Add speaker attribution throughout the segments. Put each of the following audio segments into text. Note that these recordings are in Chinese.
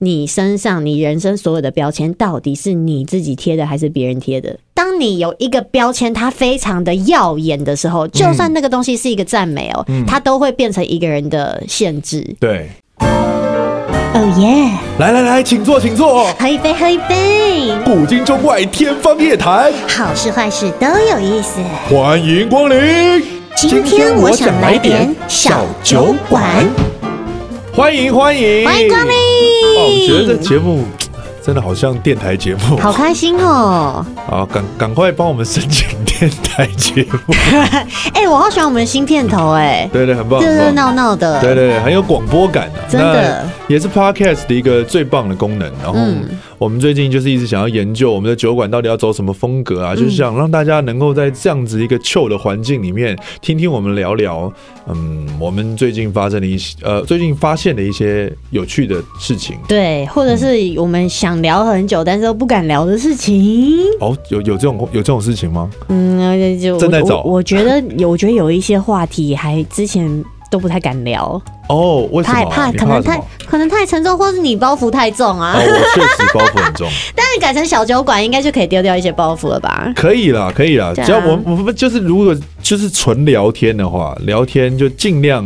Speaker 1: 你身上、你人生所有的标签，到底是你自己贴的还是别人贴的？当你有一个标签，它非常的耀眼的时候，就算那个东西是一个赞美哦，
Speaker 2: 嗯
Speaker 1: 它都会变成一个人的限制。
Speaker 2: 对，
Speaker 1: 哦耶！
Speaker 2: 来来来，请坐，请坐。
Speaker 1: 喝一杯，喝一杯，
Speaker 2: 古今中外，天方夜谭，
Speaker 1: 好事坏事都有意思。
Speaker 2: 欢迎光临。
Speaker 1: 今天我想来点小酒馆，
Speaker 2: 欢迎欢迎，
Speaker 1: 欢迎光临。
Speaker 2: 哦，我觉得这节目真的好像电台节目，
Speaker 1: 好开心哦！
Speaker 2: 啊，赶赶快帮我们申请电台节目，
Speaker 1: 哎、我好喜欢我们的新片头、哎，
Speaker 2: 对对，很棒，
Speaker 1: 热热
Speaker 2: 很
Speaker 1: 闹
Speaker 2: 棒。
Speaker 1: 闹的，
Speaker 2: 对对对，很有广播感啊，
Speaker 1: 真的
Speaker 2: 那也是 podcast 的一个最棒的功能。然后
Speaker 1: 嗯
Speaker 2: 我们最近就是一直想要研究我们的酒馆到底要走什么风格
Speaker 1: 嗯
Speaker 2: 啊，就是想让大家能够在这样子一个 chill 的环境里面，听听我们聊聊，嗯，我们最近发生的一些呃，最近发现的一些有趣的事情。
Speaker 1: 对，或者是我们想聊很久，但是都不敢聊的事情。
Speaker 2: 哦，有有这种有这种事情吗？
Speaker 1: 嗯，呃就
Speaker 2: 正在
Speaker 1: 我
Speaker 2: 找
Speaker 1: 我我觉得有，我觉得有一些话题还之前都不太敢 聊，
Speaker 2: 哦，为什
Speaker 1: 怕
Speaker 2: 么啊？
Speaker 1: 怕
Speaker 2: 你
Speaker 1: 可能
Speaker 2: 什么
Speaker 1: 太可能太沉重，或是你包袱太重啊
Speaker 2: 哦，。我确实包袱很重，
Speaker 1: 但是改成小酒馆，应该就可以丢掉一些包袱了吧？
Speaker 2: 可以啦，可以啦，
Speaker 1: 对啊
Speaker 2: 只要我我们就是如果就是纯聊天的话，聊天就尽量。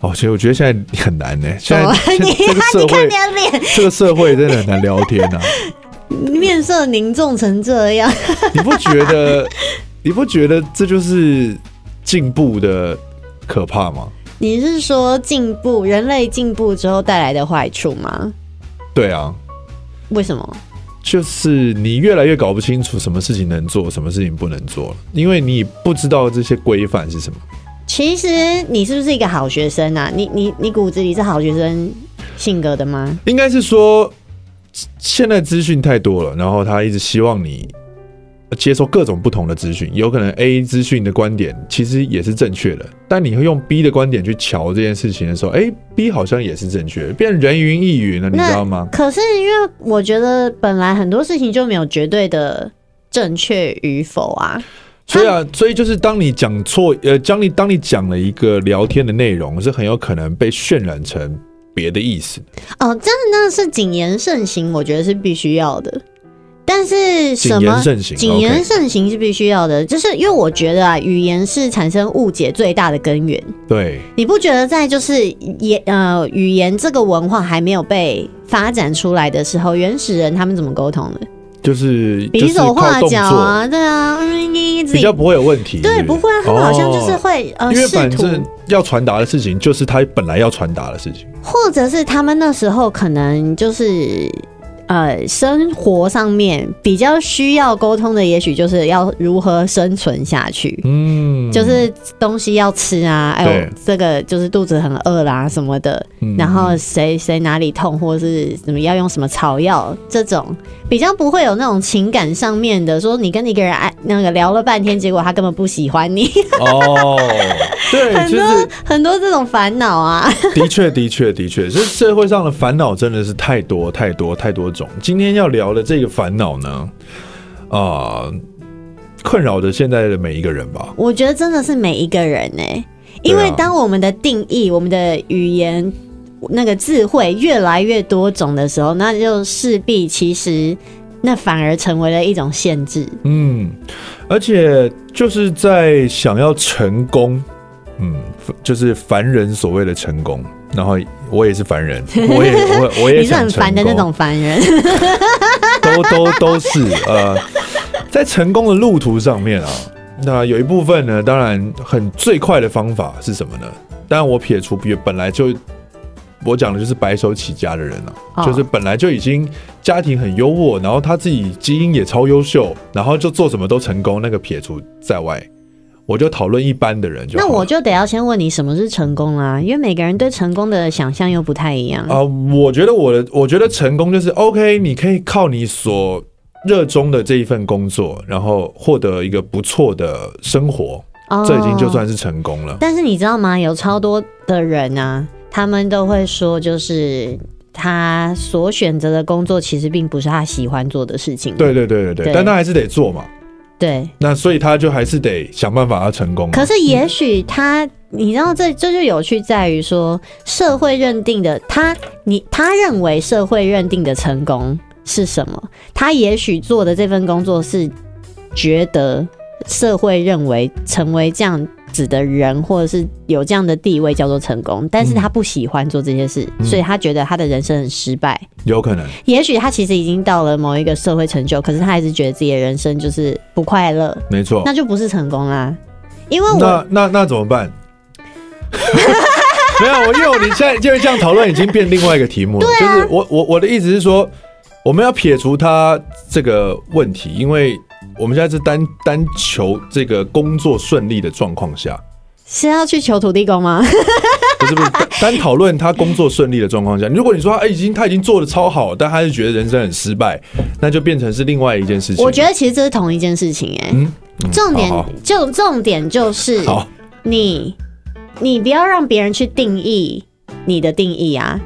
Speaker 2: 哦，其实我觉得现在很难呢、现在
Speaker 1: 怎么
Speaker 2: 现
Speaker 1: 你
Speaker 2: 在这个社
Speaker 1: 你看
Speaker 2: 会
Speaker 1: 你，啊的脸，
Speaker 2: 这个社会真的很难聊天啊！
Speaker 1: 面色凝重成这样，
Speaker 2: 你不觉得？你不觉得这就是进步的可怕吗？
Speaker 1: 你是说进步，人类进步之后带来的坏处吗？
Speaker 2: 对啊，
Speaker 1: 为什么？
Speaker 2: 就是你越来越搞不清楚什么事情能做，什么事情不能做了，因为你不知道这些规范是什么。
Speaker 1: 其实你是不是一个好学生啊？你你你骨子里是好学生性格的吗？
Speaker 2: 应该是说，现在资讯太多了，然后他一直希望你接受各种不同的资讯，有可能 A 资讯的观点其实也是正确的，但你会用 B 的观点去瞧这件事情的时候，哎、b 好像也是正确的，变人云亦云了，你知道吗？
Speaker 1: 可是因为我觉得本来很多事情就没有绝对的正确与否啊。
Speaker 2: 所以啊，所以就是当你讲错，呃，当你当你讲了一个聊天的内容，是很有可能被渲染成别的意思。
Speaker 1: 哦，真的那是谨言慎行，我觉得是必须要的。但是什
Speaker 2: 谨
Speaker 1: 么
Speaker 2: 言慎行
Speaker 1: 谨
Speaker 2: OK
Speaker 1: 言慎行是必须要的，就是因为我觉得啊，语言是产生误解最大的根源。
Speaker 2: 对，
Speaker 1: 你不觉得在就是言呃语言这个文化还没有被发展出来的时候，原始人他们怎么沟通的？
Speaker 2: 就是
Speaker 1: 比手画
Speaker 2: 就是
Speaker 1: 脚
Speaker 2: 靠动作，
Speaker 1: 啊，对啊，嗯你自
Speaker 2: 比
Speaker 1: 己
Speaker 2: 较不会有问题。
Speaker 1: 对
Speaker 2: 是
Speaker 1: 不
Speaker 2: 不是
Speaker 1: 会啊，他们好像就是
Speaker 2: 哦
Speaker 1: 会、呃
Speaker 2: 因为
Speaker 1: 试
Speaker 2: 反
Speaker 1: 图，
Speaker 2: 正要传达的事情就是他本来要传达的事情。
Speaker 1: 或者是他们那时候可能就是。呃，生活上面比较需要沟通的，也许就是要如何生存下去，
Speaker 2: 嗯，
Speaker 1: 就是东西要吃啊，哎呦
Speaker 2: 对，
Speaker 1: 这个就是肚子很饿啦什么的，
Speaker 2: 嗯
Speaker 1: 然后谁谁哪里痛，或是怎么要用什么草药，这种比较不会有那种情感上面的，说你跟一个人爱那个聊了半天，结果他根本不喜欢你，
Speaker 2: 哦， 对，
Speaker 1: 很
Speaker 2: 哎就
Speaker 1: 多
Speaker 2: 是
Speaker 1: 很多这种烦恼啊。
Speaker 2: 的确，的确，的确，就是社会上的烦恼真的是太多太多太多种。今天要聊的这个烦恼呢，啊、困扰着现在的每一个人吧。
Speaker 1: 我觉得真的是每一个人哎、因
Speaker 2: 对
Speaker 1: 为
Speaker 2: 啊
Speaker 1: 当我们的定义、我们的语言、那个智慧越来越多种的时候，那就势必其实那反而成为了一种限制。
Speaker 2: 嗯，而且就是在想要成功，嗯，就是凡人所谓的成功。然后我也是凡人，我也我我也
Speaker 1: 你是
Speaker 2: 想
Speaker 1: 很烦的那
Speaker 2: 成功啊
Speaker 1: 种烦 人，
Speaker 2: 都都都是呃，在成功的路途上面啊，那有一部分呢，当然很最快的方法是什么呢？当然我撇除别本来就我讲的就是白手起家的人啊，
Speaker 1: 哦
Speaker 2: 就是本来就已经家庭很优渥，然后他自己基因也超优秀，然后就做什么都成功，那个撇除在外。我就讨论一般的人就好
Speaker 1: 那
Speaker 2: 了。
Speaker 1: 我就得要先问你什么是成功啦、因为每个人对成功的想象又不太一样。
Speaker 2: 啊、我觉得我的，我觉得成功就是 OK，你可以靠你所热衷的这一份工作，然后获得一个不错的生活，
Speaker 1: 哦
Speaker 2: 这已经就。算是成功了。
Speaker 1: 但是你知道吗？有超多的人啊，他们都会说，就是他所选择的工作其实并不是他喜欢做的事情。
Speaker 2: 对对对对对，
Speaker 1: 对
Speaker 2: 但他还是得做嘛，
Speaker 1: 对。
Speaker 2: 那所以他就还是得想办法要成功嘛。
Speaker 1: 可是也许他你知道这这就有趣在于说，社会认定的他，你他认为社会认定的成功是什么？他也许做的这份工作是觉得社会认为成为这样子的人，或者是有这样的地位叫做成功，但是他不喜欢做这些事，所以他觉得他的人生很失败。
Speaker 2: 有可能，
Speaker 1: 也许他其实已经到了某一个社会成就，可是他还是觉得自己的人生就是不快乐，
Speaker 2: 没错。
Speaker 1: 那就不是成功啦。因为我
Speaker 2: 哦那那那怎么办？ 没有，我因为我你现在因为这样讨论已经变另外一个题目了，
Speaker 1: 啊
Speaker 2: 就是我我我的意思是说，我们要撇除他这个问题，因为我们现在是单单求这个工作顺利的状况下，
Speaker 1: 是要去求土地公吗？
Speaker 2: 不是不是单单讨论他工作顺利的状况下，如果你说他、哎已经他已经做的超好，但他是觉得人生很失败，那就变成是另外一件事情。
Speaker 1: 我觉得其实这是同一件事情、哎、
Speaker 2: 嗯，嗯
Speaker 1: 重点
Speaker 2: 好好
Speaker 1: 就重点就是
Speaker 2: 好
Speaker 1: 你，你不要让别人去定义你的定义啊！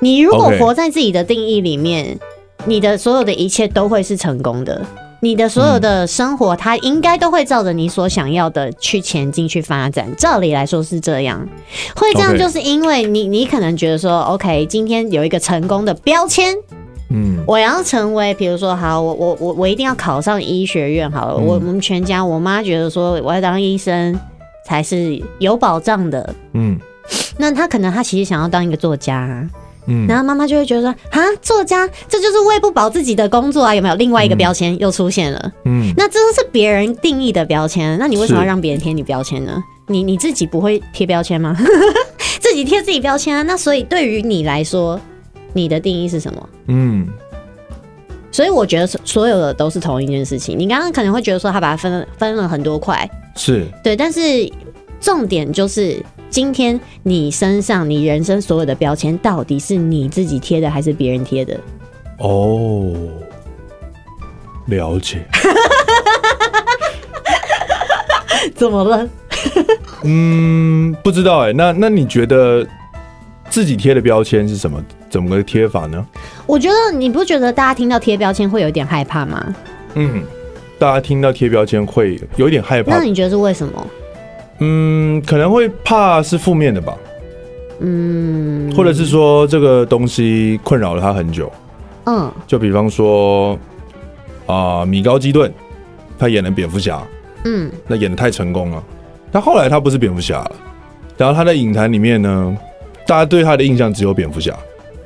Speaker 1: 你如果
Speaker 2: OK
Speaker 1: 活在自己的定义里面你的所有的一切都会是成功的，你的所有的生活，它应该都会照着你所想要的去前进、去发展。照理来说是这样，会这样
Speaker 2: OK
Speaker 1: 就是因为你，你可能觉得说，OK，今天有一个成功的标签，
Speaker 2: 嗯
Speaker 1: 我要成为，比如说，好，我我我我一定要考上医学院好了。我我
Speaker 2: 嗯
Speaker 1: 们全家，我妈觉得说我要当医生才是有保障 的。
Speaker 2: 嗯
Speaker 1: 那她可能她其实想要当一个作家、啊，
Speaker 2: 嗯
Speaker 1: 然后妈妈就会觉得说啊，作家这就是喂不饱自己的工作啊，有没有？另外一个标签又出现了，
Speaker 2: 嗯，
Speaker 1: 那这是别人定义的标签，那你为什么要
Speaker 2: 是
Speaker 1: 让别人贴你标签呢？你你自己不会贴标签吗？ 自己贴自己标签啊。那所以对于你来说，你的定义是什么？
Speaker 2: 嗯，
Speaker 1: 所以我觉得所所有的都是同一件事情。你刚刚可能会觉得说他把它分分了很多块，
Speaker 2: 是
Speaker 1: 对，但是重点就是今天你身上你人生所有的标签到底是你自己贴的还是别人贴 的？
Speaker 2: 哦，了解。
Speaker 1: 怎么了？
Speaker 2: 嗯，不知道哎、那那你觉得自己贴的标签是什么？怎么个贴法呢？
Speaker 1: 我觉得你不觉得大家听到贴标签会有点害怕吗？
Speaker 2: 嗯，大家听到贴标签会有一点害怕
Speaker 1: 那，你觉得是为什么？
Speaker 2: 嗯，可能会怕是负面的吧，
Speaker 1: 嗯
Speaker 2: 或者是说这个东西困扰了他很久。
Speaker 1: 嗯，
Speaker 2: 就比方说啊、米高基顿，他演了蝙蝠侠，
Speaker 1: 嗯，
Speaker 2: 那演的太成功了。但后来他不是蝙蝠侠了，然后他在影坛里面呢，大家对他的印象只有蝙蝠侠。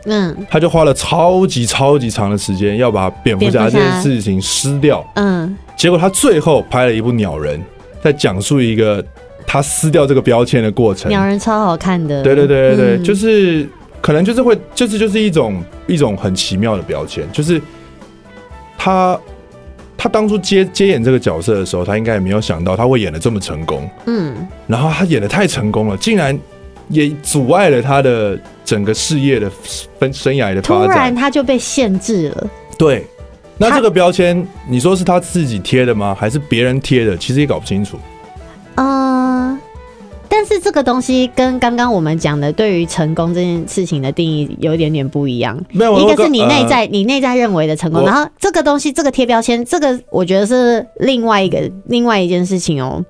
Speaker 1: 嗯
Speaker 2: 他就花了超级超级长的时间要把蝙蝠侠这件事情撕掉，
Speaker 1: 嗯
Speaker 2: 结果他最后拍了一部《鸟人》，在讲述一个他撕掉这个标签的过程。
Speaker 1: 鸟人超好看的。
Speaker 2: 对对对对对，
Speaker 1: 嗯
Speaker 2: 就是可能就是会，就是就是一种一种很奇妙的标签，就是他他当初接接演这个角色的时候，他应该也没有想到他会演的这么成功，
Speaker 1: 嗯
Speaker 2: 然后他演的太成功了，竟然也阻碍了他的整个事业的分生涯的
Speaker 1: 突
Speaker 2: 发展
Speaker 1: 然。他就被限制了。
Speaker 2: 对，那
Speaker 1: 他
Speaker 2: 这个标签，你说是他自己贴的吗？还是别人贴的？其实也搞不清楚。
Speaker 1: 嗯，但是这个东西跟刚刚我们讲的对于成功这件事情的定义有一点点不一样。
Speaker 2: 没有，
Speaker 1: 一
Speaker 2: 我
Speaker 1: 个是你内、
Speaker 2: 呃
Speaker 1: 在、你内在认为的成功，
Speaker 2: 我
Speaker 1: 然后这个东西、这个贴标签，这个我觉得是另外一个另外一件事情哦。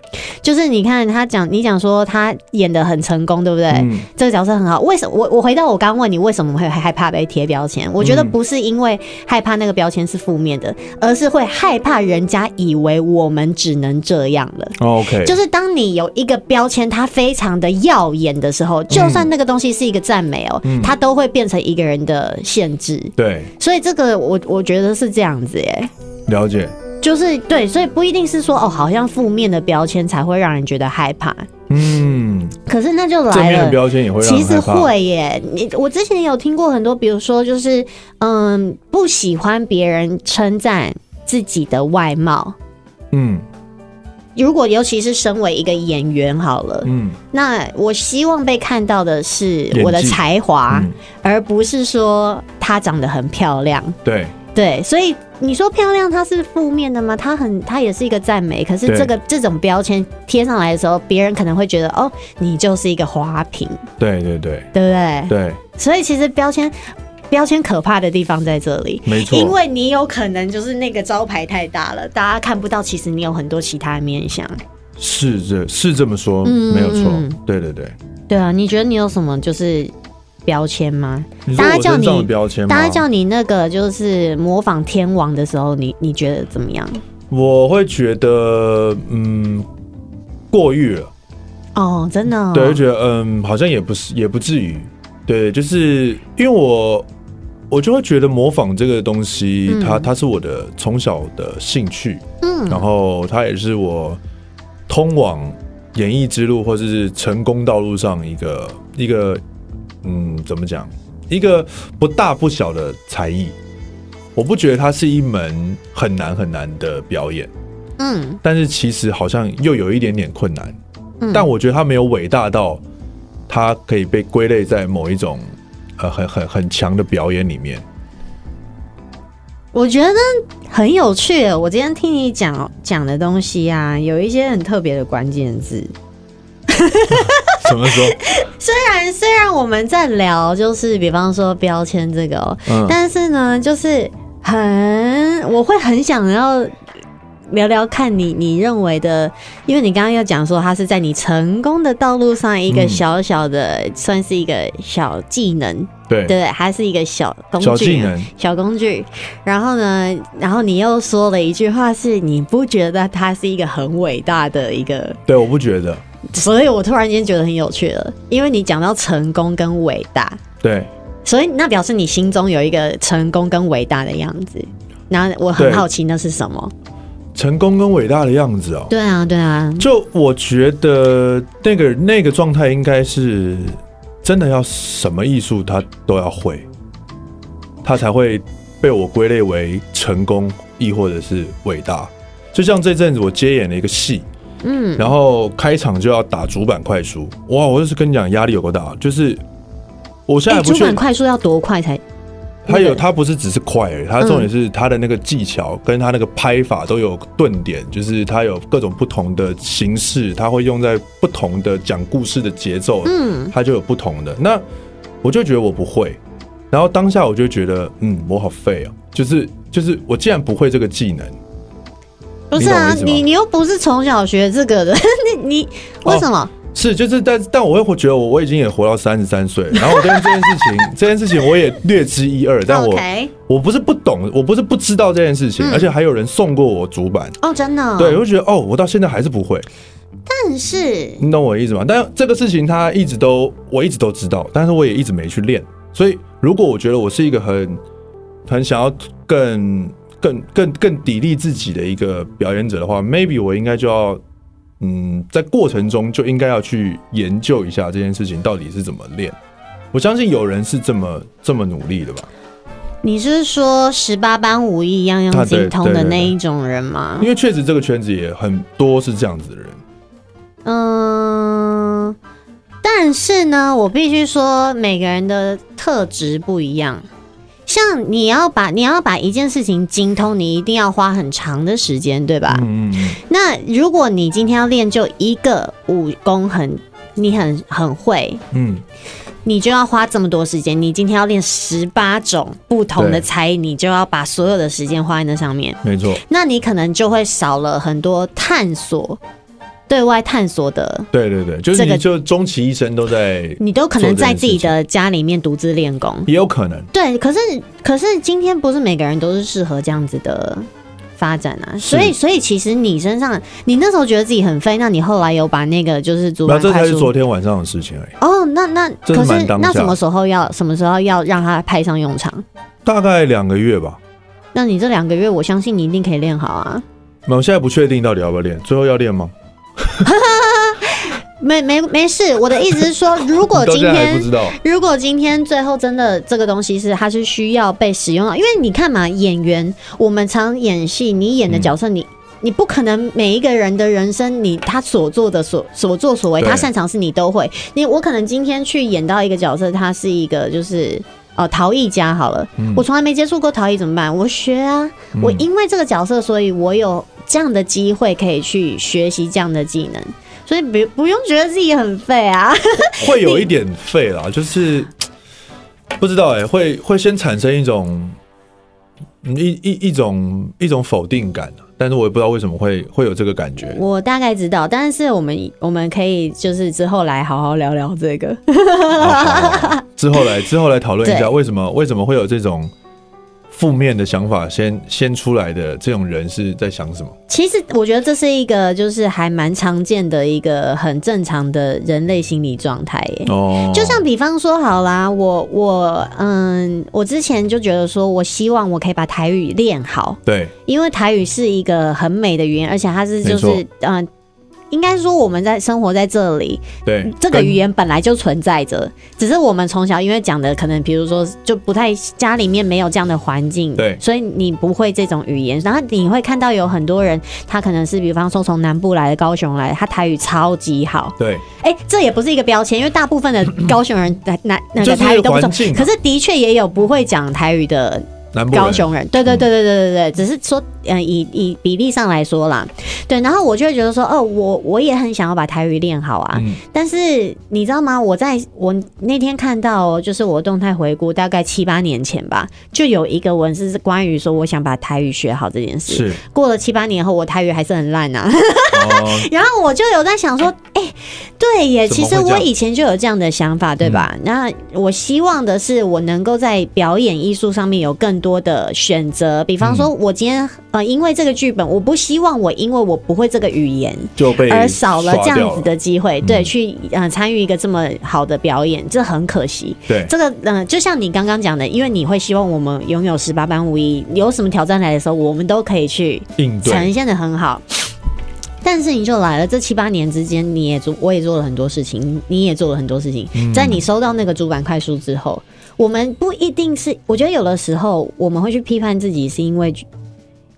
Speaker 1: 就是你看他讲，你讲说他演的很成功，对不对？
Speaker 2: 嗯
Speaker 1: 这个角色很好。为什么？我我回到我刚问你，为什么会害怕被贴标签？我觉得
Speaker 2: 嗯
Speaker 1: 不是因为害怕那个标签是负面的，而是会害怕人家以为我们只能这样了。
Speaker 2: 哦 OK，
Speaker 1: 就是当你有一个标签，它非常的耀眼的时候，就算那个东西是一个赞美哦、
Speaker 2: 嗯
Speaker 1: 它都会变成一个人的限制。
Speaker 2: 对，
Speaker 1: 所以这个我我觉得是这样子耶，
Speaker 2: 了解。
Speaker 1: 就是对，所以不一定是说哦，好像负面的标签才会让人觉得害怕，
Speaker 2: 嗯，
Speaker 1: 可是那就
Speaker 2: 正
Speaker 1: 来
Speaker 2: 面的
Speaker 1: 了。
Speaker 2: 标签也会让
Speaker 1: 其
Speaker 2: 人
Speaker 1: 实
Speaker 2: 害怕。
Speaker 1: 会耶，你我之前有听过很多，比如说就是嗯，不喜欢别人称赞自己的外貌。
Speaker 2: 嗯
Speaker 1: 如果尤其是身为一个演员好了，
Speaker 2: 嗯
Speaker 1: 那我希望被看到的是我的
Speaker 2: 演技
Speaker 1: 才华，
Speaker 2: 嗯，
Speaker 1: 而不是说她长得很漂亮。
Speaker 2: 对，
Speaker 1: 对，所以你说漂亮，它是负面的吗？它很，它也是一个赞美。可是
Speaker 2: 对
Speaker 1: 这个这种标签贴上来的时候，别人可能会觉得，哦，你就是一个花瓶，
Speaker 2: 对对对
Speaker 1: 对不对？
Speaker 2: 对，
Speaker 1: 所以其实标签，标签可怕的地方在这里。
Speaker 2: 没错。
Speaker 1: 因为你有可能就是那个招牌太大了，大家看不到，其实你有很多其他面相。
Speaker 2: 是这是这么说，
Speaker 1: 嗯
Speaker 2: 没有错
Speaker 1: 嗯。
Speaker 2: 对对对，
Speaker 1: 对啊，你觉得你有什么就是标签吗？
Speaker 2: 你说
Speaker 1: 大家
Speaker 2: 我
Speaker 1: 叫
Speaker 2: 身上的
Speaker 1: 你
Speaker 2: 标签吗？
Speaker 1: 大家叫你那个就是模仿天王的时候，你你觉得怎么样？
Speaker 2: 我会觉得，嗯，过誉了。
Speaker 1: 哦，真的、哦，
Speaker 2: 对，就觉得嗯，好像也不是，也不至于。对，就是因为我我就会觉得模仿这个东西，
Speaker 1: 嗯
Speaker 2: 它它是我的从小的兴趣，
Speaker 1: 嗯
Speaker 2: 然后它也是我通往演艺之路或者是成功道路上一个一个嗯，怎么讲，一个不大不小的才艺。我不觉得它是一门很难很难的表演，
Speaker 1: 嗯
Speaker 2: 但是其实好像又有一点点困难。
Speaker 1: 嗯，
Speaker 2: 但我觉得他没有伟大到他可以被归类在某一种呃很很很强的表演 里面。
Speaker 1: 我觉得很有趣耶。我今天听你讲讲的东西啊，有一些很特别的关键字。
Speaker 2: 怎 么说？
Speaker 1: 虽然虽然我们在聊，就是比方说标签这个、哦，
Speaker 2: 嗯，
Speaker 1: 但是呢，就是很我会很想要聊聊看你你认为的，因为你刚刚要讲说它是在你成功的道路上一个
Speaker 2: 嗯
Speaker 1: 小小的，算是一个小技能，
Speaker 2: 对
Speaker 1: 对，还是一个小工具，啊
Speaker 2: 小技能，
Speaker 1: 小工具。然后呢，然后你又说了一句话是，你不觉得它是一个很伟大的一个，
Speaker 2: 对，我不觉得，
Speaker 1: 所以我突然间觉得很有趣了，因为你讲到成功跟伟大，
Speaker 2: 对
Speaker 1: 所以那表示你心中有一个成功跟伟大的样子。然后我很
Speaker 2: 对
Speaker 1: 好奇那是什么？
Speaker 2: 成功跟伟大的样子哦。
Speaker 1: 对啊，对啊，
Speaker 2: 就我觉得那个那个状态应该是真的要什么艺术他都要会，他才会被我归类为成功，亦或者是伟大。就像这阵子我接演了一个戏，
Speaker 1: 嗯
Speaker 2: 然后开场就要打主板快书，哇！我就是跟你讲，压力有多大，就是我现
Speaker 1: 哎，
Speaker 2: 在还啊不
Speaker 1: 主
Speaker 2: 确
Speaker 1: 板
Speaker 2: 定，
Speaker 1: 快速要多快才？那
Speaker 2: 他有
Speaker 1: 个
Speaker 2: 他不是只是快而已，他重点是他的那个技巧跟他那个拍法都有顿点，就是他有各种不同的形式，他会用在不同的讲故事的节奏，
Speaker 1: 嗯
Speaker 2: 他就有不同的。那我就觉得我不会，然后当下我就觉得，嗯，我好废哦，就是就是我竟然不会这个技能，
Speaker 1: 不是啊，
Speaker 2: 你懂我意思吗
Speaker 1: 你你又不是从小学这个的， 你你为什
Speaker 2: 哦
Speaker 1: 么？
Speaker 2: 是，就是，但但我会觉得我我已经也活到三十三岁了，然后我对这件事 情，这件事情我也略知一二，但我
Speaker 1: OK，
Speaker 2: 我不是不懂，我不是不知道这件事情，
Speaker 1: 嗯
Speaker 2: 而且还有人送过我主板，
Speaker 1: 哦，真的，
Speaker 2: 对，，我就觉得哦，我到现在还是不会，
Speaker 1: 但是
Speaker 2: 你懂我意思吗？但这个事情他一直都我一直都知道，但是我也一直没去练，所以如果我觉得我是一个很很想要更更更更砥砺自己的一个表演者的话，maybe 我应该就要。嗯，在过程中就应该要去研究一下这件事情到底是怎么练。我相信有人是这么这么努力的吧，
Speaker 1: 你是说十八般武艺样
Speaker 2: 啊
Speaker 1: 样
Speaker 2: 对
Speaker 1: 精通的
Speaker 2: 对对
Speaker 1: 那
Speaker 2: 对
Speaker 1: 一种人吗
Speaker 2: 因？为确实这个圈子也很多是这样子的人。
Speaker 1: 嗯，但是呢，我必须说，每个人的特质不一样。像你要把你要把一件事情精通，你一定要花很长的时间，对吧？
Speaker 2: 嗯嗯嗯，
Speaker 1: 那如果你今天要练就一个武功很，你很很会，
Speaker 2: 嗯，
Speaker 1: 你就要花这么多时间。你今天要练十八种不同的
Speaker 2: 对
Speaker 1: 才艺，你就要把所有的时间花在那上面。
Speaker 2: 没错，
Speaker 1: 那你可能就会少了很多探索，对外探索的，
Speaker 2: 对对对，就是
Speaker 1: 这个嗯
Speaker 2: 你就终其一生都在，
Speaker 1: 你都可能在自己的家里面独自练功。
Speaker 2: 也有可能
Speaker 1: 对，可是可是今天不是每个人都是适合这样子的发展啊，所以所以其实你身上，你那时候觉得自己很废，那你后来有把那个就是主
Speaker 2: 那
Speaker 1: 板
Speaker 2: 这才
Speaker 1: 快
Speaker 2: 是
Speaker 1: 速
Speaker 2: 昨天晚上的事情而已。
Speaker 1: 哦，那那
Speaker 2: 这
Speaker 1: 可
Speaker 2: 是蛮
Speaker 1: 是
Speaker 2: 当下
Speaker 1: 那什么时候要什么时候要让它派上用场？
Speaker 2: 大概两个月吧，
Speaker 1: 那你这两个月，我相信你一定可以练好啊。
Speaker 2: 那我现在不确定到底要不要练，最后要练吗？
Speaker 1: 没没没事，我的意思是说，如果
Speaker 2: 你到
Speaker 1: 今
Speaker 2: 现在
Speaker 1: 天
Speaker 2: 还不 知道，
Speaker 1: 如果今天最后真的这个东西是它是需要被使用到，因为你看嘛，演员我们常演戏，你演的角色你。你不可能每一个人的人生，你他所做的所所作所为，
Speaker 2: 对
Speaker 1: 他擅长是你都会。你我可能今天去演到一个角色，他是一个就是呃陶艺家好了，我从来没接触过陶艺怎么办？我学啊，我因为这个角色，所以我有这样的机会可以去学习这样的技能，所以不不用觉得自己很废啊。
Speaker 2: 会有一点废啦，就是不知道哎、会会先产生一种嗯一一一种一种否定感啊但是我也不知道为什么会会有这个感 觉。
Speaker 1: 我大概知道，但是我们我们可以就是之后来好好聊聊这个。
Speaker 2: 好好好之后来之后来讨论一下
Speaker 1: 对
Speaker 2: 为什么为什么会有这种负面的想法先先出来的这种人是在想什么？
Speaker 1: 其实我觉得这是一个就是还蛮常见的一个很正常的人类心理状态耶。
Speaker 2: 哦，
Speaker 1: 就像比方说好啦，我我嗯，我之前就觉得说，我希望我可以把台语练好，
Speaker 2: 对
Speaker 1: 因为台语是一个很美的语言，而且它是就
Speaker 2: 没
Speaker 1: 是嗯。应该说，我们在生活在这里，
Speaker 2: 对，
Speaker 1: 这个
Speaker 2: 跟
Speaker 1: 语言本来就存在着，只是我们从小因为讲的可能，比如说就不太家里面没有这样的环境，
Speaker 2: 对
Speaker 1: 所以你不会这种语言。然后你会看到有很多人，他可能是比方说从南部来的、高雄来的，他台语超级好，
Speaker 2: 对
Speaker 1: 哎、这也不是一个标签，因为大部分的高雄人台那那
Speaker 2: 就
Speaker 1: 个
Speaker 2: 是
Speaker 1: 台语都不
Speaker 2: 环
Speaker 1: 懂，
Speaker 2: 境啊
Speaker 1: 可是的确也有不会讲台语的
Speaker 2: 南部人嗯
Speaker 1: 高雄人，对对对对对对对，只是说，嗯、以以比例上来说啦，对，然后我就会觉得说，哦，我我也很想要把台语练好啊，
Speaker 2: 嗯
Speaker 1: 但是你知道吗？我在我那天看到哦，就是我动态回顾，大概七八年前吧，就有一个文字是关于说我想把台语学好这件事，
Speaker 2: 是
Speaker 1: 过了七八年后，我台语还是很烂啊。
Speaker 2: 哦，
Speaker 1: 然后我就有在想说，哎、对耶，
Speaker 2: 怎
Speaker 1: 其
Speaker 2: 么会
Speaker 1: 实
Speaker 2: 这
Speaker 1: 我
Speaker 2: 样嗯
Speaker 1: 以前就有这样的想法，对吧？那我希望的是，我能够在表演艺术上面有更多的选择。比方说，
Speaker 2: 嗯
Speaker 1: 我今天呃，因为这个剧本，我不希望我因为我不会这个语言
Speaker 2: 就被
Speaker 1: 而少了这
Speaker 2: 刷掉嗯
Speaker 1: 样子的机会，对，去呃参与一个这么好的表演，这很可惜。
Speaker 2: 对
Speaker 1: 这个嗯、呃就像你刚刚讲的，因为你会希望我们拥有十八般武艺，有什么挑战来的时候，我们都可以去
Speaker 2: 应
Speaker 1: 呈
Speaker 2: 对，
Speaker 1: 现的很好。但是你就来了，这七八年之间，你也做，我也做了很多事情，你也做了很多事情。在你收到那个主板快书之后，我们不一定是，我觉得有的时候我们会去批判自己，是因为，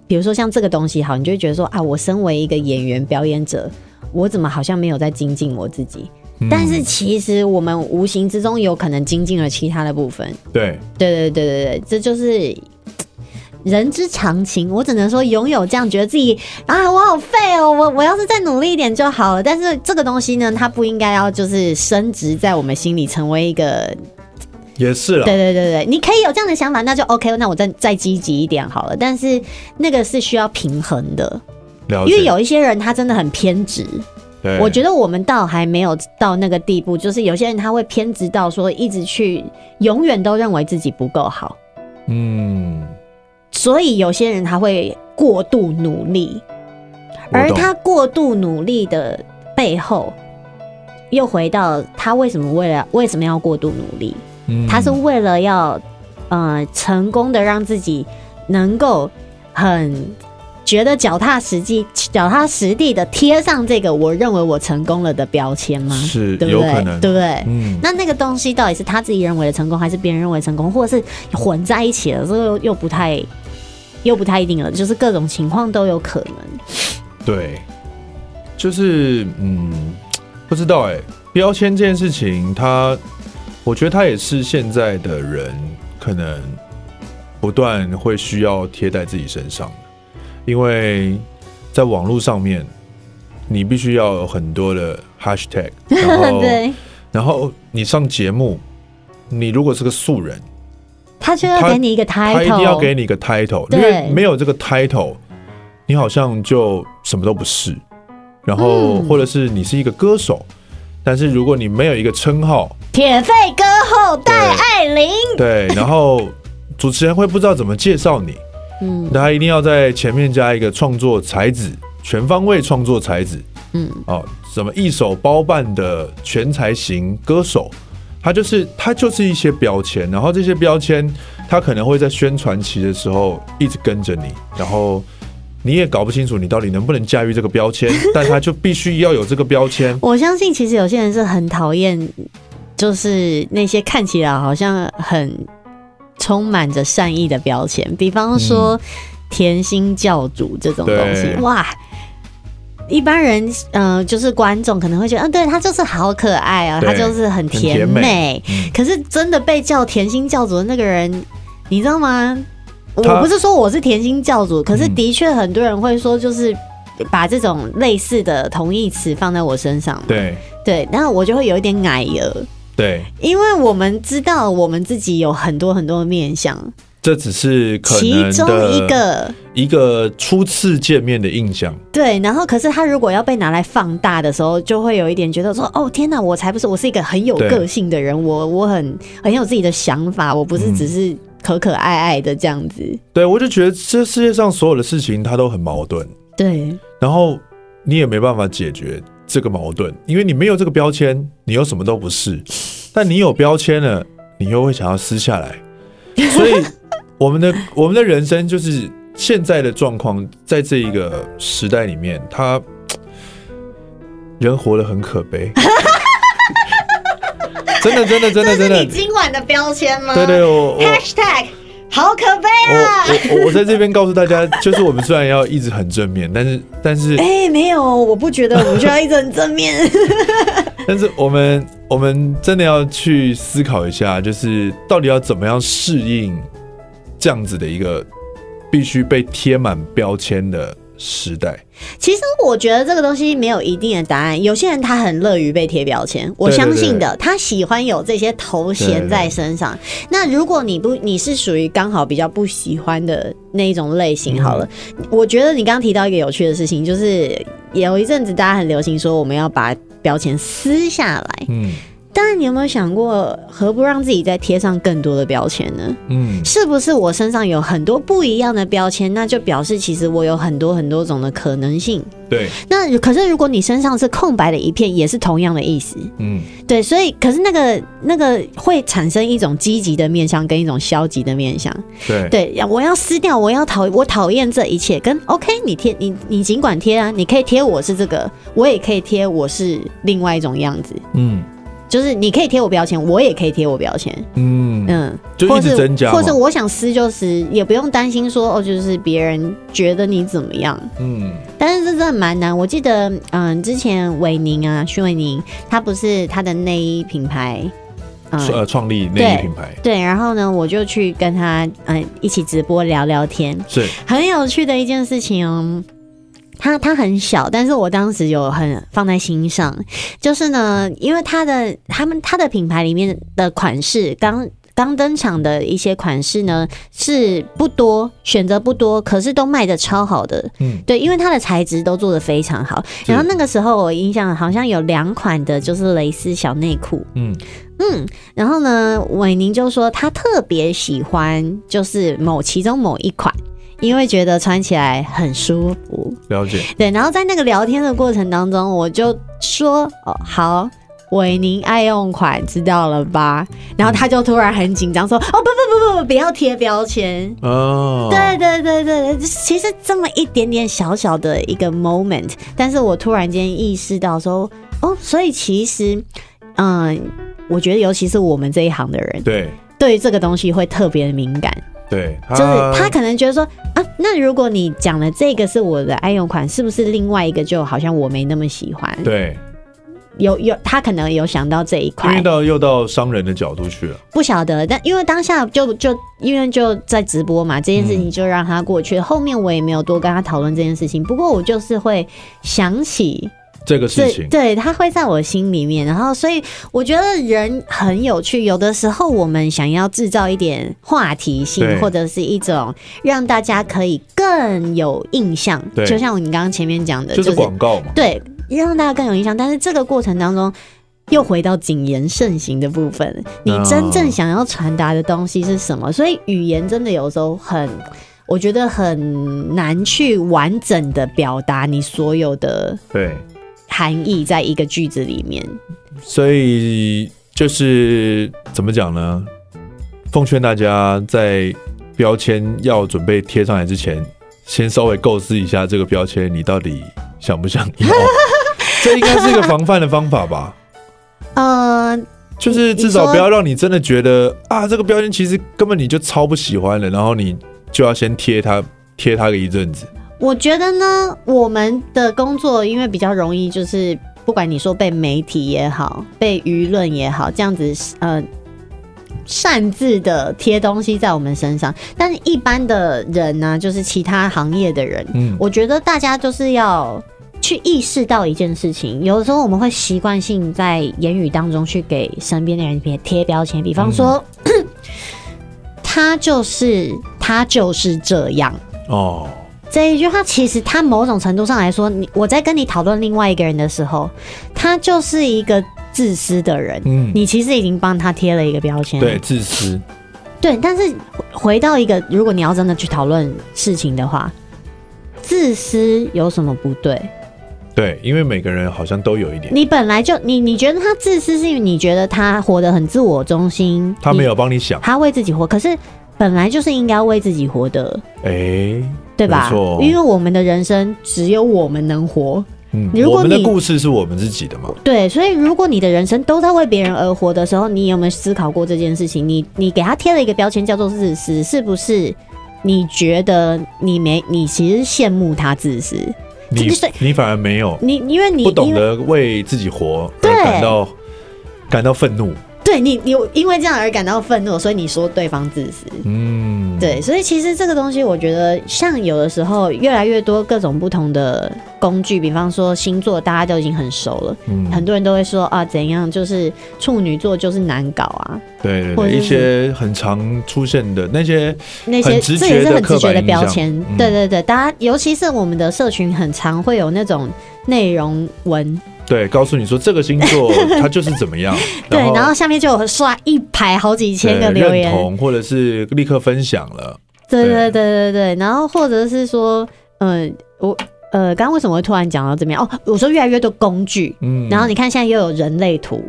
Speaker 1: 比如说像这个东西，好，你就会觉得说啊，我身为一个演员表演者，我怎么好像没有在精进我自己？但是其实我们无形之中有可能精进了其他的部分。
Speaker 2: 对
Speaker 1: 对对对对对，这就是嘖人之常情。我只能说，拥有这样觉得自己啊，我好废哦，我我要是再努力一点就好了。但是这个东西呢，它不应该要就是升值在我们心里，成为一个
Speaker 2: 也是啦
Speaker 1: 对，对对对，你可以有这样的想法，那就 OK，那我再再积极一点好了。但是那个是需要平衡的，
Speaker 2: 了解，
Speaker 1: 因为有一些人他真的很偏执。
Speaker 2: 对
Speaker 1: 我觉得我们倒还没有到那个地步，就是有些人他会偏执到说一直去永远都认为自己不够好。
Speaker 2: 嗯，
Speaker 1: 所以有些人他会过度努力，
Speaker 2: 我
Speaker 1: 而
Speaker 2: 懂
Speaker 1: 他过度努力的背后，又回到他为什么为了为什么要过度努力？
Speaker 2: 嗯
Speaker 1: 他是为了要呃成功的让自己能够很觉得脚踏实地、脚踏实地的贴上这个我认为我成功了的标签吗？
Speaker 2: 是
Speaker 1: 对不
Speaker 2: 有可
Speaker 1: 对？
Speaker 2: 能
Speaker 1: 对不对？
Speaker 2: 嗯
Speaker 1: 那那个东西到底是他自己认为的成功，还是别人认为的成功，或者是混在一起了，这个又又不太又不太一定了，就是各种情况都有可 能。
Speaker 2: 对，就是嗯，不知道哎、标签这件事情，它我觉得它也是现在的人可能不断会需要贴在自己身上的因为在网络上面，你必须要有很多的 hashtag，然 后
Speaker 1: 对，
Speaker 2: 然后你上节目，你如果是个素人，
Speaker 1: 他就要
Speaker 2: 他
Speaker 1: 给你一个
Speaker 2: 他一定要给
Speaker 1: title，
Speaker 2: 你一个 title，
Speaker 1: 对
Speaker 2: 因为没有这个 title，你好像就什么都不是。然后，
Speaker 1: 嗯
Speaker 2: 或者是你是一个歌手，但是如果你没有一个称号，
Speaker 1: 铁肺歌后戴爱玲。
Speaker 2: 对，然后主持人会不知道怎么介绍你，
Speaker 1: 嗯
Speaker 2: 那他一定要在前面加一个创作才子，全方位创作才子，
Speaker 1: 嗯，
Speaker 2: 哦，什么一手包办的全才型歌手，他就是他就是一些标签，然后这些标签他可能会在宣传期的时候一直跟着你，然后你也搞不清楚你到底能不能驾驭这个 标签，但他就必须要有这个标签，
Speaker 1: 我相信其实有些人是很讨厌，就是那些看起来好像很充满着善意的标签，比方说甜心教主这种东西
Speaker 2: 嗯对，
Speaker 1: 哇。一般人，嗯、就是观众可能会觉得，嗯、对他就是好可爱啊，
Speaker 2: 对
Speaker 1: 他就是很甜
Speaker 2: 很甜美嗯
Speaker 1: 可是真的被叫甜心教主的那个人，你知道吗？我
Speaker 2: 他
Speaker 1: 不是说我是甜心教主，可是
Speaker 2: 嗯
Speaker 1: 的确很多人会说，就是把这种类似的同义词放在我身上嘛。
Speaker 2: 对
Speaker 1: 对，然后我就会有一点矮了，
Speaker 2: 对，
Speaker 1: 因为我们知道我们自己有很多很多面相，
Speaker 2: 这只是可
Speaker 1: 其
Speaker 2: 能
Speaker 1: 中
Speaker 2: 的
Speaker 1: 一个
Speaker 2: 一个初次见面的印象。
Speaker 1: 对，然后可是他如果要被拿来放大的时候，就会有一点觉得说，哦天哪，我才不是，我是一个很有
Speaker 2: 对
Speaker 1: 个性的人，我我很很有自己的想法，我不是只是可可爱爱的这样子。
Speaker 2: 对我就觉得这世界上所有的事情它都很矛盾，
Speaker 1: 对，
Speaker 2: 然后你也没办法解决这个矛盾，因为你没有这个标签，你又什么都不是；但你有标签了，你又会想要撕下来。所以我们的我们的人生就是现在的状况，在这一个时代里面，他人活得很可悲。真的，真的，真的，真的，
Speaker 1: 今晚的标签吗
Speaker 2: 对对，我我
Speaker 1: Hashtag 好可悲
Speaker 2: 我我我在这边告诉大家，就是我们虽然要一直很正面，但是但是
Speaker 1: 哎、没有，我不觉得我们就要一直很正面。
Speaker 2: 但是我们我们真的要去思考一下，就是到底要怎么样适应这样子的一个必须被贴满标签的时代。
Speaker 1: 其实我觉得这个东西没有一定的答案，有些人他很乐于被贴标签，我
Speaker 2: 对对
Speaker 1: 相信的，他喜欢有这些头衔在身上。那如果你不，你是属于刚好比较不喜欢的那一种类
Speaker 2: 嗯
Speaker 1: 型，好了，我觉得你刚刚提到一个有趣的事情，就是有一阵子大家很流行说我们要把标签撕下来，
Speaker 2: 嗯
Speaker 1: 但你有没有想过，何不让自己再贴上更多的标签呢？
Speaker 2: 嗯，
Speaker 1: 是不是我身上有很多不一样的标签？那就表示其实我有很多很多种的可能性。
Speaker 2: 对，
Speaker 1: 那可是如果你身上是空白的一片，也是同样的意思。
Speaker 2: 嗯
Speaker 1: 对，所以可是那个那个会产生一种积极的面向跟一种消极的面向。
Speaker 2: 对
Speaker 1: 对，要我要撕掉，我要讨我讨厌这一切。跟 OK，你贴你你尽管贴啊，你可以贴我是这个，我也可以贴我是另外一种样子。
Speaker 2: 嗯
Speaker 1: 就是你可以贴我标签，我也可以贴我标签。
Speaker 2: 嗯，
Speaker 1: 嗯，
Speaker 2: 就
Speaker 1: 或
Speaker 2: 一直
Speaker 1: 是
Speaker 2: 增加
Speaker 1: 或
Speaker 2: 嘛
Speaker 1: 是我想撕就撕，也不用担心说哦，就是别人觉得你怎么样。
Speaker 2: 嗯
Speaker 1: 但是这真的蛮难。我记得，嗯，之前韦宁啊，徐韦宁，他不是他的内衣品牌，嗯，
Speaker 2: 呃，创立内衣品牌
Speaker 1: 对。然后呢，我就去跟他，嗯，一起直播聊聊天，
Speaker 2: 是
Speaker 1: 很有趣的一件事情哦。他他很小，但是我当时有很放在心上。就是呢，因为他的他们他的品牌里面的款式刚。刚登场的一些款式呢是不多，选择不多，可是都卖的超好的。
Speaker 2: 嗯
Speaker 1: 对，因为它的材质都做的非常好。
Speaker 2: 是
Speaker 1: 然后那个时候我印象好像有两款的就是蕾丝小内裤，
Speaker 2: 嗯
Speaker 1: 嗯，然后呢，伟宁就说他特别喜欢就是某其中某一款。因为觉得穿起来很舒服，
Speaker 2: 了解
Speaker 1: 对。然后在那个聊天的过程当中，我就说：“哦，好，伟宁爱用款，知道了吧？”然后他就突然很紧张说：“哦，不不不不，不要贴标签。”
Speaker 2: 哦，
Speaker 1: 对对对对对，其实这么一点点小小的一个 moment，但是我突然间意识到说，哦，所以其实，嗯，我觉得尤其是我们这一行的人，
Speaker 2: 对
Speaker 1: 对于这个东西会特别敏感，
Speaker 2: 对，
Speaker 1: 就是他可能觉得说，啊，那如果你讲的这个是我的爱用款，是不是另外一个就好像我没那么喜欢？
Speaker 2: 对，
Speaker 1: 有有，他可能有想到这一
Speaker 2: 因
Speaker 1: 块
Speaker 2: 为，到又到商人的角度去了，
Speaker 1: 不晓得，但因为当下就就因为就在直播嘛，这件事情就让他过去。后面我也没有多跟他讨论这件事情，不过我就是会想起
Speaker 2: 这个
Speaker 1: 这
Speaker 2: 事，情
Speaker 1: 对他会在我心里面。然后，所以我觉得人很有趣，有的时候我们想要制造一点话题
Speaker 2: 对
Speaker 1: 性，或者是一种让大家可以更有印象
Speaker 2: 对。
Speaker 1: 就像你刚刚前面讲的，
Speaker 2: 就是广告嘛，
Speaker 1: 对，让大家更有印象。但是这个过程当中，又回到谨言慎行的部分，你
Speaker 2: 哦
Speaker 1: 真正想要传达的东西是什么？所以语言真的有时候很，我觉得很难去完整的表达你所有的
Speaker 2: 对。
Speaker 1: 含义在一个句子里面。
Speaker 2: 所以就是怎么讲呢？奉劝大家在标签要准备贴上来之前，先稍微构思一下这个标签你到底想不想 要。这应该是一个防范的方法吧，
Speaker 1: 呃，
Speaker 2: 就是至
Speaker 1: 你
Speaker 2: 少
Speaker 1: 说
Speaker 2: 不要让你真的觉得啊，这个标签其实根本你就超不喜欢了，然后你就要先贴它，贴它个一阵子。
Speaker 1: 我觉得呢，我们的工作因为比较容易，就是不管你说被媒体也好，被舆论也好，这样子呃。擅自的贴东西在我们身上，但是一般的人呢、就是其他行业的人，
Speaker 2: 嗯，
Speaker 1: 我觉得大家就是要去意识到一件事情，有的时候我们会习惯性在言语当中去给身边的人贴贴标签，比方说。 他就是他就是这样。
Speaker 2: 哦，
Speaker 1: 这一句话其实它某种程度上来说，你我在跟你讨论另外一个人的时候，他就是一个自私的人。
Speaker 2: 嗯，
Speaker 1: 你其实已经帮他贴了一个标签，
Speaker 2: 对，自私，
Speaker 1: 对，但是回到一个，如果你要真的去讨论事情的话，自私有什么不对？
Speaker 2: 对，因为每个人好像都有一点，
Speaker 1: 你本来就你你觉得他自私，是因为你觉得他活得很自我中心，
Speaker 2: 他
Speaker 1: 你
Speaker 2: 没有帮你想，
Speaker 1: 他为自己活，可是本来就是应该为自己活的，
Speaker 2: 哎，
Speaker 1: 对吧
Speaker 2: 没错？
Speaker 1: 因为我们的人生只有我们能活，
Speaker 2: 嗯
Speaker 1: 你，如
Speaker 2: 我
Speaker 1: 果
Speaker 2: 们的
Speaker 1: 你
Speaker 2: 故事是我们自己的嘛，
Speaker 1: 对，所以如果你的人生都在为别人而活的时候，你有没有思考过这件事情？你你给他贴了一个标签叫做自私，是不是？你觉得你没你其实羡慕他自私，
Speaker 2: 你
Speaker 1: 就是
Speaker 2: 你反而没有，
Speaker 1: 你因为你
Speaker 2: 不懂
Speaker 1: 因为
Speaker 2: 得为自己活而
Speaker 1: 对
Speaker 2: 感到感到愤怒，
Speaker 1: 对你你因为这样而感到愤怒，所以你说对方自私。
Speaker 2: 嗯，
Speaker 1: 对，所以其实这个东西，我觉得像有的时候越来越多各种不同的工具，比方说星座，大家都已经很熟了，
Speaker 2: 嗯，
Speaker 1: 很多人都会说啊，怎样就是处女座就是难搞啊，
Speaker 2: 对对
Speaker 1: 或者
Speaker 2: 对，
Speaker 1: 是
Speaker 2: 一些很常出现的那些，
Speaker 1: 那些
Speaker 2: 很直
Speaker 1: 这
Speaker 2: 觉
Speaker 1: 也是
Speaker 2: 的
Speaker 1: 很直
Speaker 2: 刻
Speaker 1: 觉
Speaker 2: 板
Speaker 1: 的
Speaker 2: 印
Speaker 1: 标
Speaker 2: 象
Speaker 1: 签。
Speaker 2: 嗯
Speaker 1: 对对对，大家尤其是我们的社群，很常会有那种内容文，
Speaker 2: 对，告诉你说这个星 座它就是怎么样，
Speaker 1: 对，然后下面就有刷一排好几千个
Speaker 2: 对
Speaker 1: 留
Speaker 2: 认
Speaker 1: 言，
Speaker 2: 同或者是立刻分享了，
Speaker 1: 对对对
Speaker 2: 对
Speaker 1: 对对，然后或者是说，呃，我呃，刚刚为什么会突然讲到这边？哦，我说越来越多工具。
Speaker 2: 嗯，
Speaker 1: 然后你看，现在又有人类图，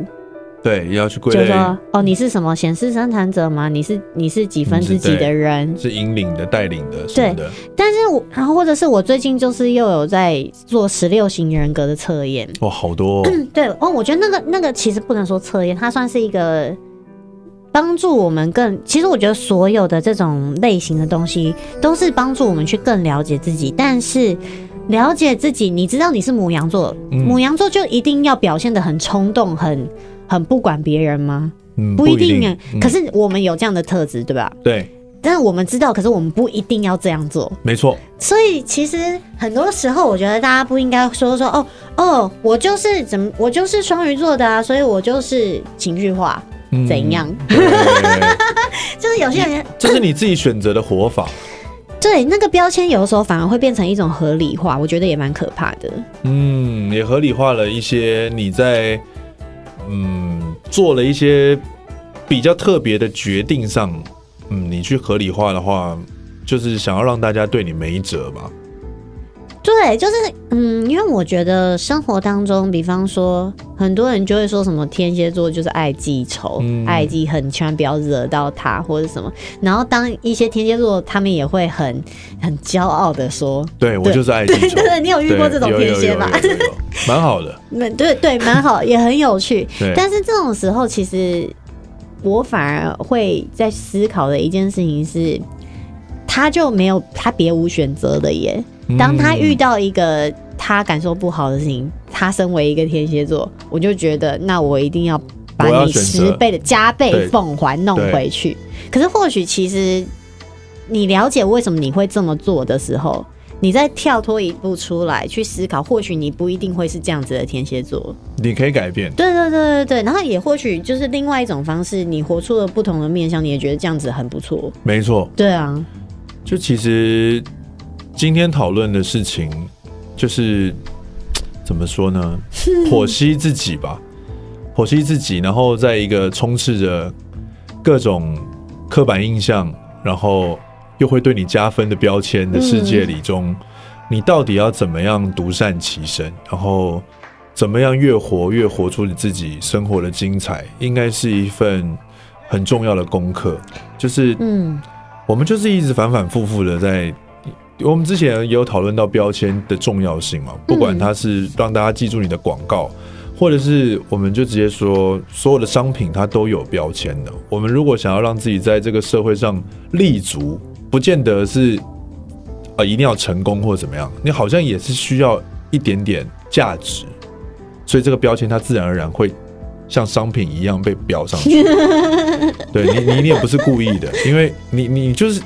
Speaker 2: 对要去归
Speaker 1: 就是
Speaker 2: 类
Speaker 1: 说，哦，你是什么显示生产者吗？你是你是几分
Speaker 2: 你
Speaker 1: 之
Speaker 2: 是
Speaker 1: 几
Speaker 2: 对
Speaker 1: 的人？
Speaker 2: 是引领的、带领的什么的，
Speaker 1: 但是我，然后或者是我最近就是又有在做十六型人格的测验，
Speaker 2: 哇，好多 哦，
Speaker 1: 对哦，我觉得那个那个其实不能说测验，它算是一个帮助我们更。其实我觉得所有的这种类型的东西都是帮助我们去更了解自己，但是。了解自己，你知道你是母羊座，
Speaker 2: 嗯
Speaker 1: 母羊座就一定要表现的很冲动，很很不管别人吗？
Speaker 2: 嗯，
Speaker 1: 不
Speaker 2: 一
Speaker 1: 一定啊。
Speaker 2: 嗯
Speaker 1: 可是我们有这样的特质，对吧？
Speaker 2: 对，
Speaker 1: 但是我们知道，可是我们不一定要这样做。
Speaker 2: 没错，
Speaker 1: 所以其实很多时候，我觉得大家不应该说说哦哦，我就是怎么，我就是双鱼座的啊，所以我就是情绪化，
Speaker 2: 嗯
Speaker 1: 怎样？
Speaker 2: 对
Speaker 1: 就是有些人
Speaker 2: 这是你自己选择的活法，
Speaker 1: 对那个标签，有的时候反而会变成一种合理化，我觉得也蛮可怕的。
Speaker 2: 嗯，也合理化了一些你在嗯做了一些比较特别的决定上，嗯，你去合理化的话，就是想要让大家对你没辙吧？
Speaker 1: 对，就是嗯，因为我觉得生活当中，比方说很多人就会说什么天蝎座就是爱记仇、
Speaker 2: 嗯
Speaker 1: 爱记恨，千万不要惹到他或者什么。然后当一些天蝎座，他们也会很很骄傲的说，
Speaker 2: 对我就是爱记仇。
Speaker 1: 对 对，你有遇过这种
Speaker 2: 对
Speaker 1: 天
Speaker 2: 有
Speaker 1: 蝎吧？
Speaker 2: 有有有有有蛮好的。
Speaker 1: 蛮对对，蛮好，也很有趣。
Speaker 2: 对，
Speaker 1: 但是这种时候，其实我反而会在思考的一件事情是，他就没有他别无选择的耶。当他遇
Speaker 2: 嗯
Speaker 1: 到一个他感受不好的事情，他身为一个天蝎座，我就觉得那我一定要
Speaker 2: 我
Speaker 1: 把
Speaker 2: 要
Speaker 1: 你
Speaker 2: 选
Speaker 1: 十
Speaker 2: 择
Speaker 1: 倍的加倍
Speaker 2: 对
Speaker 1: 奉还弄
Speaker 2: 对
Speaker 1: 回去。可是或许其实你了解为什么你会这么做的时候。你再跳脱一步出来去思考，或许你不一定会是这样子的天蝎座。
Speaker 2: 你可以改变，
Speaker 1: 对对对对对，然后也或许就是另外一种方式，你活出了不同的面向，你也觉得这样子很不错。
Speaker 2: 没错。
Speaker 1: 对啊，
Speaker 2: 就其实今天讨论的事情，就是嘖怎么说呢？剖析自己吧，剖析自己，然后在一个充斥着各种刻板印象，然后又会对你加分的标签的世界里中，你到底要怎么样独善其身，然后怎么样越活越活出你自己生活的精彩，应该是一份很重要的功课，就是
Speaker 1: 嗯，
Speaker 2: 我们就是一直反反复复的在。我们之前也有讨论到标签的重要性嘛，不管它是让大家记住你的广告，或者是我们就直接说所有的商品它都有标签的。我们如果想要让自己在这个社会上立足，不见得是啊、呃一定要成功或怎么样，你好像也是需要一点点价值，所以这个标签它自然而然会像商品一样被标上去。对你，你你也不是故意的，因为你你就是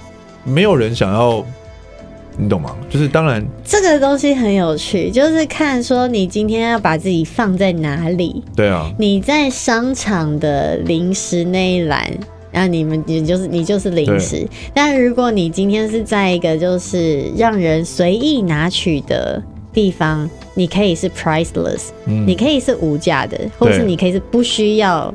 Speaker 2: 没有人想要，你懂吗？就是当然，
Speaker 1: 这个东西很有趣，就是看说你今天要把自己放在哪里。
Speaker 2: 对啊，
Speaker 1: 你在商场的零食那一栏，那你们你就是你就是零
Speaker 2: 对
Speaker 1: 食。但如果你今天是在一个就是让人随意拿取的地方，你可以是 priceless，、
Speaker 2: 嗯
Speaker 1: 你可以是无价的，或是你可以是不需要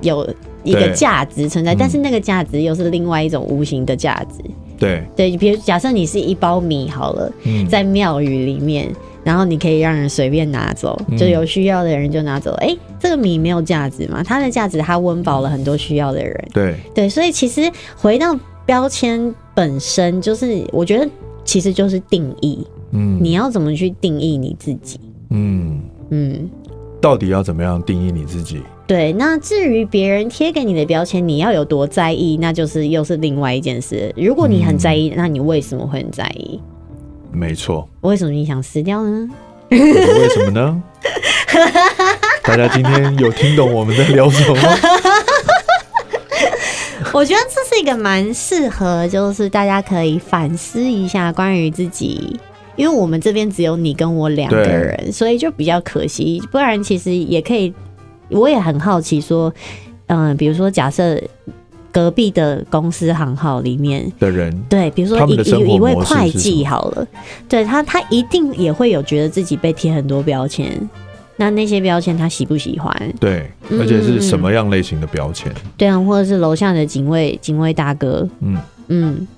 Speaker 1: 有一个
Speaker 2: 对
Speaker 1: 价值存在，但是那个价值又是另外一种无形的价值。
Speaker 2: 对，
Speaker 1: 对，比如假设你是一包米好了，
Speaker 2: 嗯
Speaker 1: 在庙宇里面，然后你可以让人随便拿走，
Speaker 2: 嗯
Speaker 1: 就有需要的人就拿走。哎、这个米没有价值嘛？它的价值它温饱了很多需要的人。
Speaker 2: 对，
Speaker 1: 对，所以其实回到标签本身，就是我觉得其实就是定义，
Speaker 2: 嗯
Speaker 1: 你要怎么去定义你自己？
Speaker 2: 嗯，
Speaker 1: 嗯，
Speaker 2: 到底要怎么样定义你自己？
Speaker 1: 对。那至于别人贴给你的标签，你要有多在意，那就是又是另外一件事。如果你很在意，那你为什么会很在意？
Speaker 2: 没错，
Speaker 1: 为什么你想死掉呢？
Speaker 2: 为什么呢？大家今天有听懂我们在聊什么吗？
Speaker 1: 我觉得这是一个蛮适合，就是大家可以反思一下关于自己，因为我们这边只有你跟我两个人，所以就比较可惜。不然其实也可以，我也很好奇说，嗯、比如说假设隔壁的公司行号里面。
Speaker 2: 的人，
Speaker 1: 对，比如说
Speaker 2: 他
Speaker 1: 一
Speaker 2: 们的生活
Speaker 1: 一一位
Speaker 2: 模式是
Speaker 1: 会
Speaker 2: 什
Speaker 1: 计
Speaker 2: 么
Speaker 1: 好了，对他他一定也会有觉得自己被贴很多标签，那那些标签他喜不喜欢？
Speaker 2: 对，
Speaker 1: 嗯
Speaker 2: 而且是什么样类型的标签？
Speaker 1: 对啊，或者是楼下的警卫警卫大哥，
Speaker 2: 嗯，
Speaker 1: 嗯，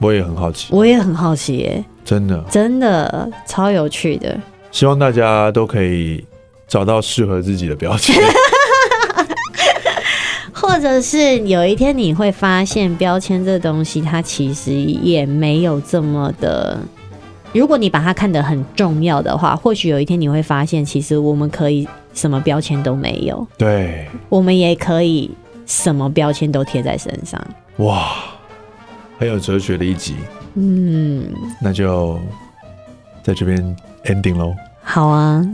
Speaker 2: 我也很好奇，
Speaker 1: 我也很好奇耶，
Speaker 2: 真的
Speaker 1: 真的超有趣的。
Speaker 2: 希望大家都可以找到适合自己的标签。
Speaker 1: 或者是有一天你会发现，标签这东西它其实也没有这么的。如果你把它看得很重要的话，或许有一天你会发现，其实我们可以什么标签都没有，
Speaker 2: 对，
Speaker 1: 我们也可以什么标签都贴在身上。
Speaker 2: 哇，很有哲学的一集，
Speaker 1: 嗯，
Speaker 2: 那就在这边 ending 喽。
Speaker 1: 好啊。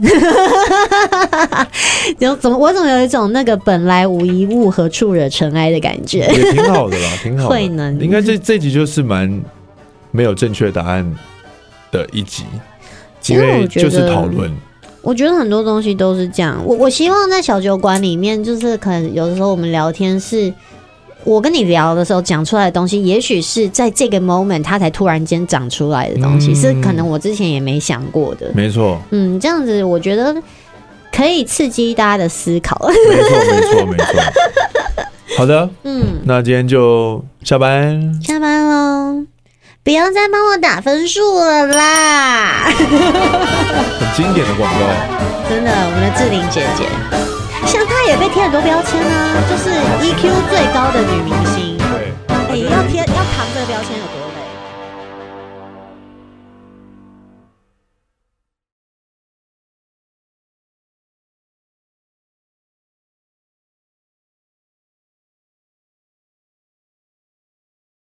Speaker 1: 有 怎么我怎么有一种那个本来无一物，何处惹尘埃的感觉？
Speaker 2: 也挺好的啦， 挺好的。
Speaker 1: 慧能
Speaker 2: 应该这这集就是蛮没有正确答案的一集，
Speaker 1: 其
Speaker 2: 因
Speaker 1: 实
Speaker 2: 为
Speaker 1: 我觉得
Speaker 2: 就是讨论。
Speaker 1: 我觉得很多东西都是这样。我我希望在小酒馆里面，就是可能有的时候我们聊天是，我跟你聊的时候讲出来的东
Speaker 2: 嗯
Speaker 1: 西，也许是在这个 moment 它才突然间长出来的东西，
Speaker 2: 嗯
Speaker 1: 是可能我之前也没想过的。
Speaker 2: 没错，
Speaker 1: 嗯，这样子我觉得可以刺激大家的思考。
Speaker 2: 没错，没错，没错。好的，
Speaker 1: 嗯，
Speaker 2: 那今天就下班。
Speaker 1: 下班喽，不要再帮我打分数了啦！
Speaker 2: 很经典的广告，
Speaker 1: 真的，我们的志玲姐姐，像她也被贴很多标签啊，就是 EQ E 最高的女明星。
Speaker 2: 对。
Speaker 1: 哎、要贴要扛这个标签有多